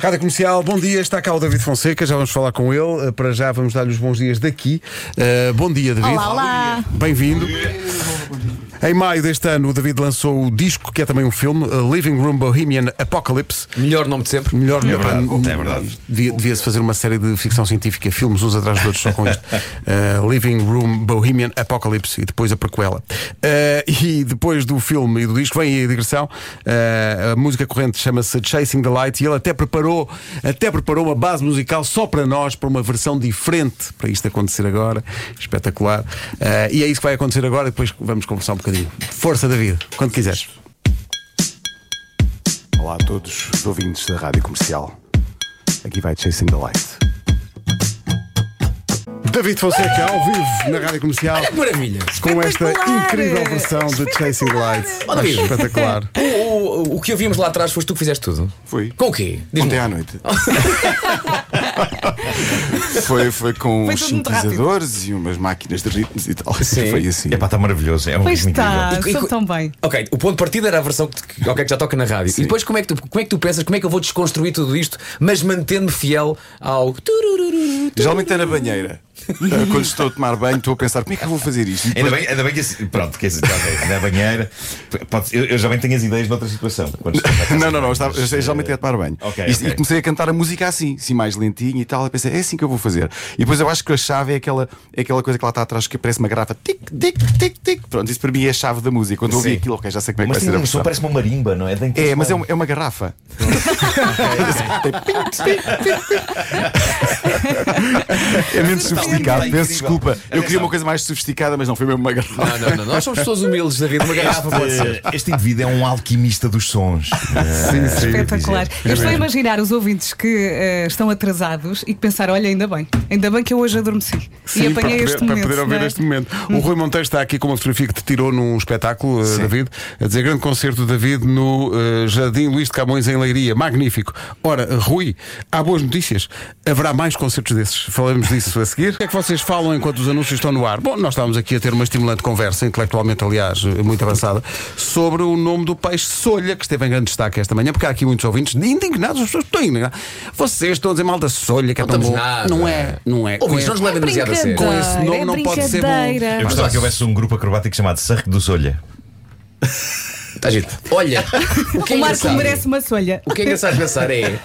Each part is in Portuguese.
Rádio Comercial, bom dia, está cá o David Fonseca, já vamos falar com ele. Uh, Para já vamos dar-lhe os bons dias daqui. Uh, bom dia, David. Olá, olá. Bem-vindo. Em maio deste ano, o David lançou o disco, que é também um filme, uh, Living Room Bohemian Apocalypse. Melhor nome de sempre. Melhor é verdade, é verdade. Devia, se fazer uma série de ficção científica, filmes uns atrás dos outros só com isto. Uh, Living Room Bohemian Apocalypse e depois a prequela. Uh, e depois do filme e do disco vem aí a digressão. Uh, a música corrente chama-se Chasing the Light e ele até preparou, até preparou uma base musical só para nós, para uma versão diferente para isto acontecer agora. Espetacular. Uh, e é isso que vai acontecer agora, depois vamos conversar um bocadinho. Força, David, quando quiseres. Olá a todos os ouvintes da Rádio Comercial. Aqui vai Chasing the Light. David Fonseca ao vivo na Rádio Comercial. Que maravilha! com esta Espetacular! incrível versão de Chasing Lights. Olha Acho isso. espetacular. O, o- o que ouvimos lá atrás foste tu que fizeste tudo? Fui. Com o quê? Diz-me. Oh. Ontem à noite. Foi, foi com Foi uns tudo muito rápido. sintetizadores e umas máquinas de ritmos e tal. Sim. Foi assim. É pá, está maravilhoso. É um Pois tá. ritmo está, incrível. E- e- estou tão bem. Ok, o ponto de partida era a versão que, que- ok, que já toca na rádio. E depois como é, que tu, como é que tu pensas, como é que eu vou desconstruir tudo isto, mas mantendo-me fiel ao. turururu? Geralmente é na banheira. Eh, Quando estou a tomar banho, estou a pensar como é que eu vou fazer isto. E Ainda depois- bem, ainda bem que esse- Pronto, que esse, está bem. na banheira. Pode, eu, eu já bem tenho as ideias noutra situação. Quando estou na casa- Não, não, não, eu estava, eu Mas, eh, geralmente é a tomar banho. Ok, e, ok. e comecei a cantar a música assim, assim mais lentinho e tal. Eu pensei, é assim que eu vou fazer. E depois eu acho que a chave é aquela, é aquela coisa que lá está atrás que parece uma garrafa tic, tic, tic, tic. Pronto, isso para mim é a chave da música. Quando eu ouvi Sim. aquilo, ok, já sei como é que Mas vai tem ser a um versão. som, parece uma marimba, não é? Tem que- É, mas é uma, é uma garrafa. É menos sofisticado, Está peço incrível. desculpa. Eu queria uma coisa mais sofisticada, mas não foi mesmo uma garrafa. Ah, Não, não, não, nós somos pessoas humildes, David, um uma garrafa pode ser. Este, este indivíduo é um alquimista dos sons. Sim, sim. Espetacular. Eu estou a imaginar os ouvintes que eh, estão atrasados e que pensaram: olha, ainda bem, ainda bem que eu hoje adormeci e para apanhei poder, este para momento. poder ouvir não é? este momento. O Rui Monteiro está aqui com uma fotografia que te tirou num espetáculo, eh, David, a dizer grande concerto de David no eh, Jardim Luís de Camões em Leiria. Magnífico. Ora, Rui, há boas notícias. Haverá mais concertos desses. Falaremos disso a seguir. O que é que vocês falam enquanto os anúncios estão no ar? Bom, nós estávamos aqui a ter uma estimulante conversa, intelectualmente, aliás, eh, muito avançada, sobre o nome do peixe solha, que esteve em grande destaque esta manhã, porque há aqui muitos ouvintes indignados, as pessoas estão indignadas. Vocês estão a dizer mal da solha, que é Não tão estamos bom. nada. Não é, não é. Ouvintes, Com não nos levem demasiado a sério. Com esse nome é não pode ser bom. brincadeira. Eu gostava que houvesse um grupo acrobático chamado Sarco do Solha. Tá giro. Olha, o que é O Marco engraçado- merece uma solha. O que é engraçado pensar é.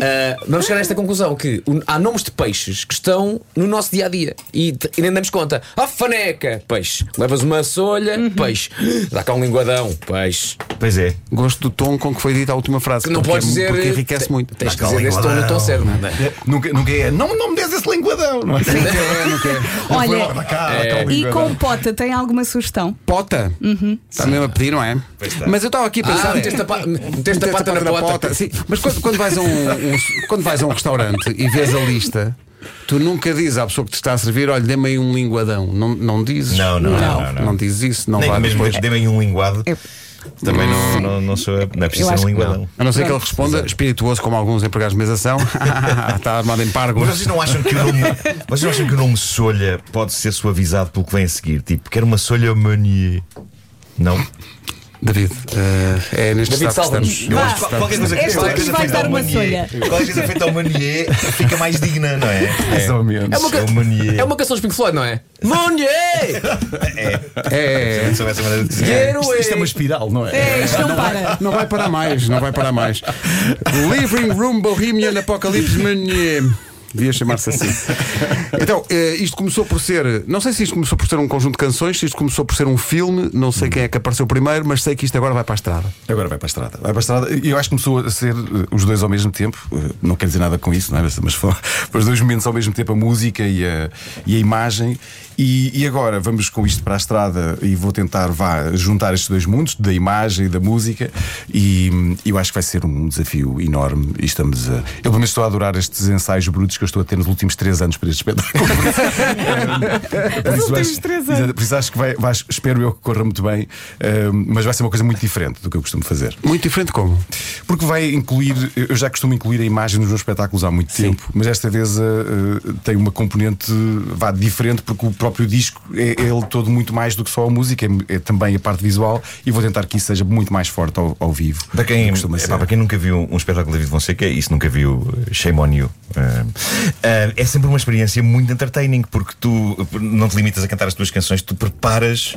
ah, vamos chegar a esta conclusão: que o- há nomes de peixes que estão no nosso dia a dia e, te- e nem damos conta. Ah, faneca! Peixe. Levas uma solha, peixe. Dá cá um linguadão, peixe. Pois é. Gosto do tom com que foi dita a última frase. Que não porque, podes é- dizer. eh, Porque enriquece te- muito. Tens Dá que cá um dizer nesse tom no tom linguadão. certo. não é? Nunca, nunca é. Não, não me des esse linguadão, não é? Olha, é. e com pota, tem alguma sugestão? Pota. Está mesmo a pedir, não é? está. Mas eu estava aqui a pensar. Ah, meteste a pa- meteste a pata na pota. Sim, mas quando, quando vais a um, um- quando vais a um restaurante e vês a lista, tu nunca dizes à pessoa que te está a servir: olha, dê-me aí um linguadão. Não, não dizes. Não, não, não, não, não. Não dizes isso, não Nem vá mesmo depois. que dê-me um linguado. É. Eu- Também não, não, não sou. Não é preciso Eu ser acho um que linguadão. A não ser que ele responda espirituoso, como alguns empregados de mesação. está armado em pargo. Mas vocês não acham que o nome, vocês não acham que o nome solha pode ser suavizado pelo que vem a seguir? Tipo, quero uma solha manier. Não. David, eh, é neste David, estado que salva-nos. estamos. Eu Vá. acho que qualquer coisa que Esta qualquer aqui coisa vai feita dar ao uma manier, Qualquer coisa feita ao manier fica mais digna, não é? Mais ou menos. É uma, ca... manier. É uma canção de Pink Floyd, não é? Munhe! É. Se eu soubesse a maneira de dizer. é Get away! espiral, não É, isto não para. Não vai parar mais, não vai parar mais. Living Room Bohemian Apocalypse Meunier. Devia chamar-se assim. Então, eh, isto começou por ser. Não sei se isto começou por ser um conjunto de canções, se isto começou por ser um filme, não sei quem é que apareceu primeiro, mas sei que isto agora vai para a estrada. Agora vai para a estrada. Vai para a estrada. E Eu acho que começou a ser eh, os dois ao mesmo tempo. Eh, Não quero dizer nada com isso, não é? Mas foram foram os dois momentos ao mesmo tempo, a música e a, e a imagem. E, e agora vamos com isto para a estrada e vou tentar vá, juntar estes dois mundos, da imagem e da música. E hum, eu acho que vai ser um desafio enorme. E estamos a. Eu pelo menos estou a adorar estes ensaios brutos que eu estou a ter nos últimos 3 anos para este espetáculo. Por Nos isso últimos acho- três anos. exato, Por isso acho que vai, vai- espero eu que corra muito bem, eh, mas vai ser uma coisa muito diferente do que eu costumo fazer. Muito diferente como? Porque vai incluir, eu já costumo incluir a imagem nos meus espetáculos há muito tempo, mas esta vez eh, eh, tem uma componente vá, diferente, porque o próprio disco é é ele todo muito mais do que só a música, é, é também a parte visual, e vou tentar que isso seja muito mais forte ao, ao vivo. Para do quem, que costuma epá, ser. para quem nunca viu um espetáculo de David Fonseca, e se nunca viu, eh, shame on you. Ah, ah, é sempre uma experiência muito entertaining, porque tu eh, não te limitas a cantar as tuas canções, tu preparas.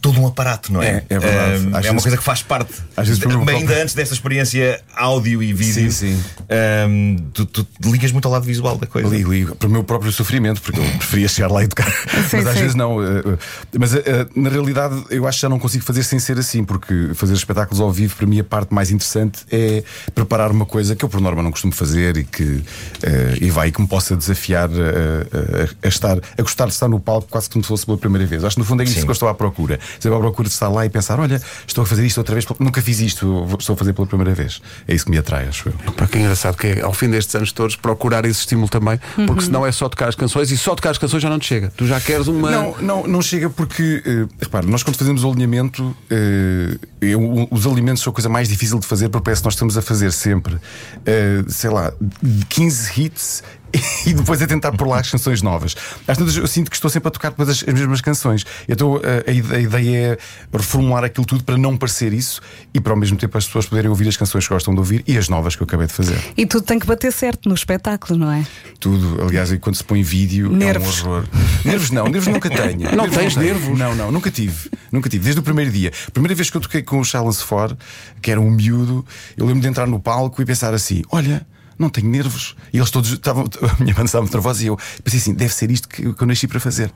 Todo um aparato, não é? É, é verdade. Ah, Às é uma vezes- coisa que faz parte. às vezes por um Bem, ainda próprio- antes desta experiência áudio e vídeo, Sim, sim. ah, tu, tu ligas muito ao lado visual da coisa. Ligo, ligo, para o meu próprio sofrimento, porque eu preferia chegar lá e tocar. mas às sim. vezes não. eh, eh, Mas eh, eh, na realidade eu acho que já não consigo fazer sem ser assim, porque fazer espetáculos ao vivo, para mim, a parte mais interessante é preparar uma coisa que eu por norma não costumo fazer e que eh, e vai que me possa desafiar eh, a, a estar, a gostar de estar no palco quase como se fosse pela primeira vez. Acho que no fundo é isso Sim. que eu estou à procura. Estou à procura de estar lá e pensar: olha, estou a fazer isto outra vez, nunca fiz isto, vou- estou a fazer pela primeira vez. É isso que me atrai, acho eu. Para que engraçado que é, ao fim destes anos todos, procurar esse estímulo também, porque senão é só tocar as canções e só tocar as canções já não te chega. Tu já queres uma. Não, não, não chega porque, eh, repara, nós quando fazemos o alinhamento, eh, eu- os alimentos são a coisa mais difícil de fazer porque parece que nós estamos a fazer sempre, eh, sei lá, de 15 hits. E depois a tentar pôr lá as canções novas. Às tantas eu sinto que estou sempre a tocar depois as, as mesmas canções. Então eh, a, ide- a ideia é reformular aquilo tudo para não parecer isso e para ao mesmo tempo as pessoas poderem ouvir as canções que gostam de ouvir e as novas que eu acabei de fazer. E tudo tem que bater certo no espetáculo, não é? Tudo, aliás, e quando se põe vídeo Nervos. é um horror. Nervos não, nervos nunca tenho. Não Nervos tens tenho. nervos? Não, não, nunca tive. Nunca tive, desde o primeiro dia. Primeira vez que eu toquei com o Charles Ford, que era um miúdo, eu lembro de entrar no palco e pensar assim: olha. Não tenho nervos. E eles todos estavam. A minha banda estava muito nervosa e eu pensei assim: deve ser isto que, que eu nasci para fazer.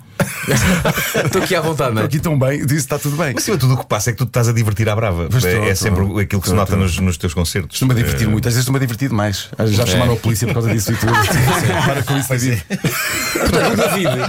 Estou aqui à vontade, Estou não é? aqui tão bem, disse está tudo bem. Mas acima de tudo o que passa é que tu te estás a divertir à brava. Pois é estou, é estou. sempre aquilo que se Estou, nota estou. nos, nos teus concertos. Estou-me a divertir Eh, muito, às vezes estou-me a divertir demais. Às vezes Já chamaram a polícia por causa disso e tudo. Para com isso, David. Portanto, o David,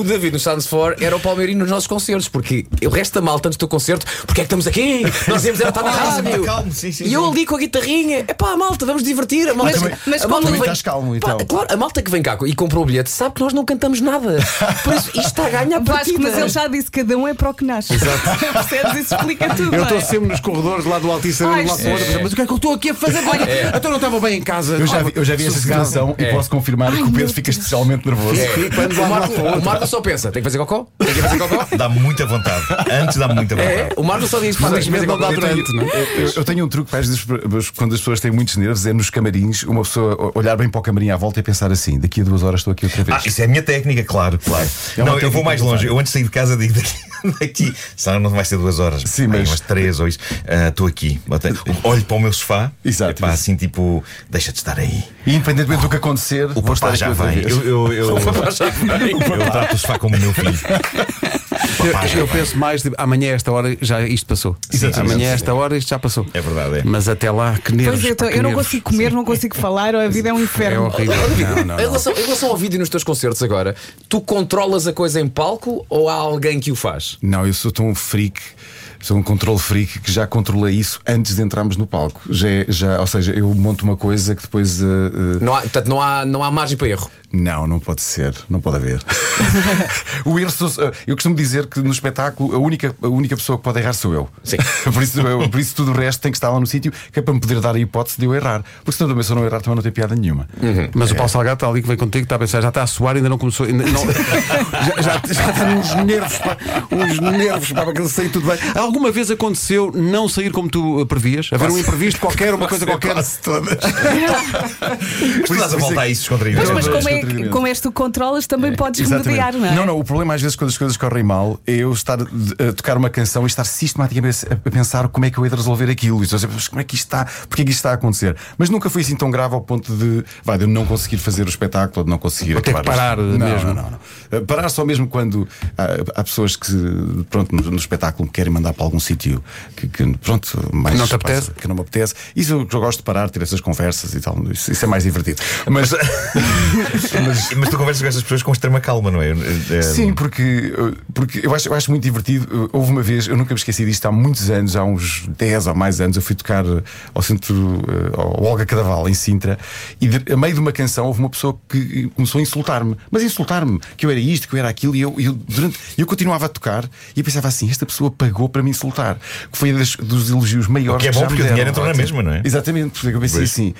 o David no Sounds 4 era o Palmeirinho nos nossos concertos, porque o resto da malta antes do teu concerto, porque é que estamos aqui? Nós íamos era estar na rádio. Tá calmo, sim, sim, Ah, e eu sim. ali com a guitarrinha, é pá, malta, vamos divertir. A malta, Mas também- mas a malta como- que vem- estás calmo, Pá, então. Claro, a malta que vem cá e comprou o bilhete sabe que nós não cantamos nada. Por isso, isto está a ganhar Vasco, partida. mas ele já disse: cada um é para o que nasce. Exato. Percebes? Isso explica tudo. Eu não estou é? sempre nos corredores lá do Altice Ai, Arena, lá fora, sim. mas o que é que eu estou aqui a fazer? Olha, então não estava bem em casa. Eu já vi, eu já vi essa Sossegado. situação e É. posso confirmar que o Pedro fica especialmente nervoso. É. Fico, ando lá O de um lado Marco, para o o outro. Marco só pensa: tem que fazer cocó? Tem que fazer cocó? Dá muita vontade. Antes dá muita vontade. É, o Marco só diz: pá, tem que fazer Felizmente não dá cocó. durante, não é? Eu, eu tenho um truque para às vezes, mas quando as pessoas têm muitos nervos, é nos camarins, uma pessoa o- olhar bem para o camarim à volta e pensar assim: daqui a duas horas estou aqui outra Ah, vez. isso é a minha técnica, claro, claro. É uma não, eu vou técnica mais que eu longe. faço. Eu antes de sair de casa digo daqui, daqui. Senão não vai ser duas horas. Sim, Vai, mas- umas três ou isso. Ah, Estou aqui. Bota- Olho para o meu sofá. Exato, Epá, isso. assim tipo, deixa de estar aí. E independentemente do que acontecer, O vou papá estar já aqui outra vem. vez. Eu, eu, eu, eu trato o sofá como o meu filho. O papá já Eu, eu vem. penso mais de amanhã a esta hora já isto passou. Exatamente. Amanhã a esta hora isto já passou. É verdade, é. Mas até lá, que nervos. Pois é, então, pá, que eu não nervos. consigo comer, não consigo falar, a vida é um É inferno. horrível. Não, não, Em relação, em relação ao vídeo nos teus concertos agora, tu controlas a coisa em palco ou há alguém que o faz? Não, eu sou tão freak, sou um controle freak que já controlei isso antes de entrarmos no palco. Já, é- já, ou seja, eu monto uma coisa que depois. eh, eh, Não há, portanto, não há, não há margem para erro. Não, não pode ser, não pode haver. o erro, sou- eu costumo dizer que no espetáculo a única, a única pessoa que pode errar sou eu. Sim. por, isso, eu- por isso tudo o resto tem que estar lá no sítio, que é para me poder dar a hipótese de eu errar. Porque senão também se eu não errar também não tem piada nenhuma. Uhum. Mas o Paulo Salgado está ali que vem contigo, está a pensar, já está a suar, ainda não começou. Ainda não- já, já, já está uns nervos, pá, uns nervos, pá, para que ele saia tudo bem. Alguma vez aconteceu não sair como tu eh, previas? Haver um imprevisto qualquer, uma coisa qualquer? Quase todas. Mas tu é dás a volta a isso, descontraído. Mas, mas Eu como, adoro é, que- este atendimento. como és tu que controlas, também podes remediar, não é? Não, não, o problema às vezes quando as coisas correm mal é eu estar de- a tocar uma canção e estar sistematicamente a pensar como é que eu hei de resolver aquilo. E estou a dizer, "Mas como é que isto está, porque é que isto está a acontecer? Mas nunca foi assim tão grave ao ponto de, vai, de eu não conseguir fazer o espetáculo, ou de não conseguir Ou ter que acabar parar isto. não, Eh, mesmo. Não, não, não. Uh, Parar só mesmo quando há, há pessoas que, pronto, no, no espetáculo me querem mandar para para algum sítio que, que, pronto, mais. Não te apetece? Que não me apetece. Isso eu, eu gosto de parar, ter essas conversas e tal. Isso, isso é mais divertido. Mas. Mas, tu conversas com essas pessoas com extrema calma, não é? Eh, eh, Sim, porque, eh, porque eu, acho, eu acho muito divertido. Eh, Houve uma vez, eu nunca me esqueci disto, há muitos anos, há uns 10 ou mais anos, eu fui tocar eh, ao centro, eh, ao Olga Cadaval, em Sintra, e de- a meio de uma canção houve uma pessoa que começou a insultar-me, mas insultar-me, que eu era isto, que eu era aquilo, e eu, eu, durante, eu continuava a tocar e eu pensava assim: esta pessoa pagou para me insultar, que foi das, dos elogios maiores que é bom, já me porque o deram. dinheiro entrou na mesma, não é? Exatamente, porque eu pensei Pois. assim: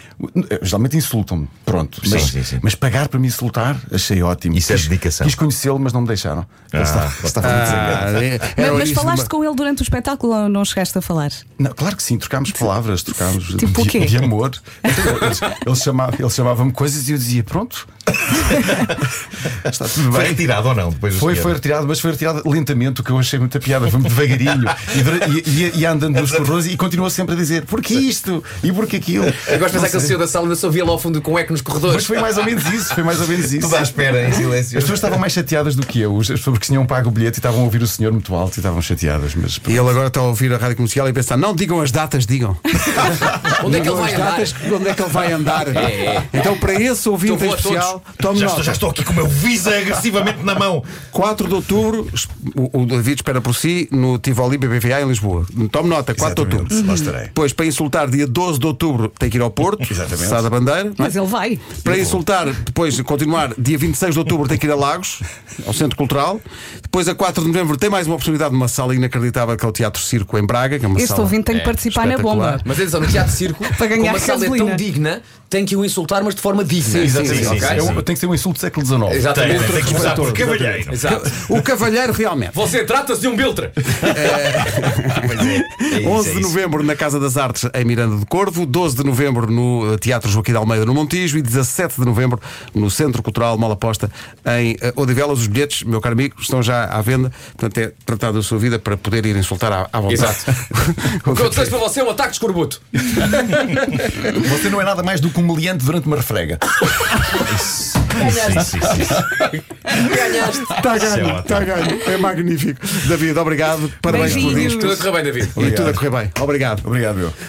geralmente insultam-me, pronto, Sim, mas, sim, sim. mas pagar para me insultar, achei ótimo. Isso é Quis- dedicação. Quis conhecê-lo, mas não me deixaram. Ah, Ele está- estava Ah. muito Ah, zangado. é, Mas, mas falaste com ele durante o espetáculo ou não chegaste a falar? Não, claro que sim, trocámos palavras, trocámos Tipo o de, quê? de amor. Então, Ele, ele chamava, ele chamava-me coisas e eu dizia: Pronto, está tudo Foi bem. retirado ou não? Depois o Foi, senhor? foi retirado, mas foi retirado lentamente, o que eu achei muita piada. Foi-me devagarinho e, dura- e- e, ia andando nos corredores e continuou sempre a dizer: Porquê isto? E porquê aquilo? Eu gosto de Não pensar que ele sei. saiu da sala e ainda só via lá ao fundo com eco Mas nos corredores. foi mais ou menos isso, foi mais ou menos isso. Tudo à espera, em silêncio. As pessoas estavam mais chateadas do que eu, as pessoas que tinham pago o bilhete e estavam a ouvir o senhor muito alto e estavam chateadas, mas E ele agora está a ouvir a rádio comercial e pensar: não digam as datas, digam. Onde é que ele Digam vai as andar? datas, onde é que ele vai andar? É, é. Então, para esse ouvinte Então em vou a especial, tome Já nota. estou, já estou aqui com o meu Visa agressivamente na mão. 4 de outubro, o o David espera por si no Tivoli BBVA em Lisboa. Tome nota, 4 de Exatamente, outubro. Uhum. lá estarei. Depois, para insultar, dia 12 de outubro, tem que ir ao Porto, Exatamente. Sá da Bandeira. não é? Mas ele vai. Para insultar, depois continuar, dia 26 de outubro tem que ir a Lagos, ao Centro Cultural. Depois, a 4 de novembro, tem mais uma oportunidade numa sala inacreditável que é o Teatro Circo em Braga, que é uma Este sala. ouvinte tem que participar na espetacular. bomba. Mas atenção, no teatro de circo, Para ganhar como a sala é gasolina. tão digna, tem que o insultar, mas de forma digna. sim, sim, ok? sim, É um- sim. tem que ser um insulto do século XIX. Tem, Exatamente. tem, tem que usar por cavalheiro. Exato. O Cavalheiro realmente. Você trata-se de um Biltre. Pois é, é isso, 11 é de isso. novembro na Casa das Artes em Miranda do Corvo, 12 de novembro no eh, Teatro Joaquim de Almeida no Montijo e 17 de novembro no Centro Cultural Malaposta em eh, Odivelas. Os bilhetes, meu caro amigo, estão já à venda. Portanto, é tratar da sua vida para poder ir insultar à, à vontade. Exato. O que eu desejo para você é um ataque de escorbuto. Você não é nada mais do que um meliante durante uma refrega. Isso, isso, isso, isso. Ganhaste. Está Isso é Tá ganho, ótimo. está ganho. É magnífico. David, obrigado. Parabéns pelo Beijinhos. disco. Tudo a correr bem, David. E tudo a correr bem. Obrigado. Obrigado, eu.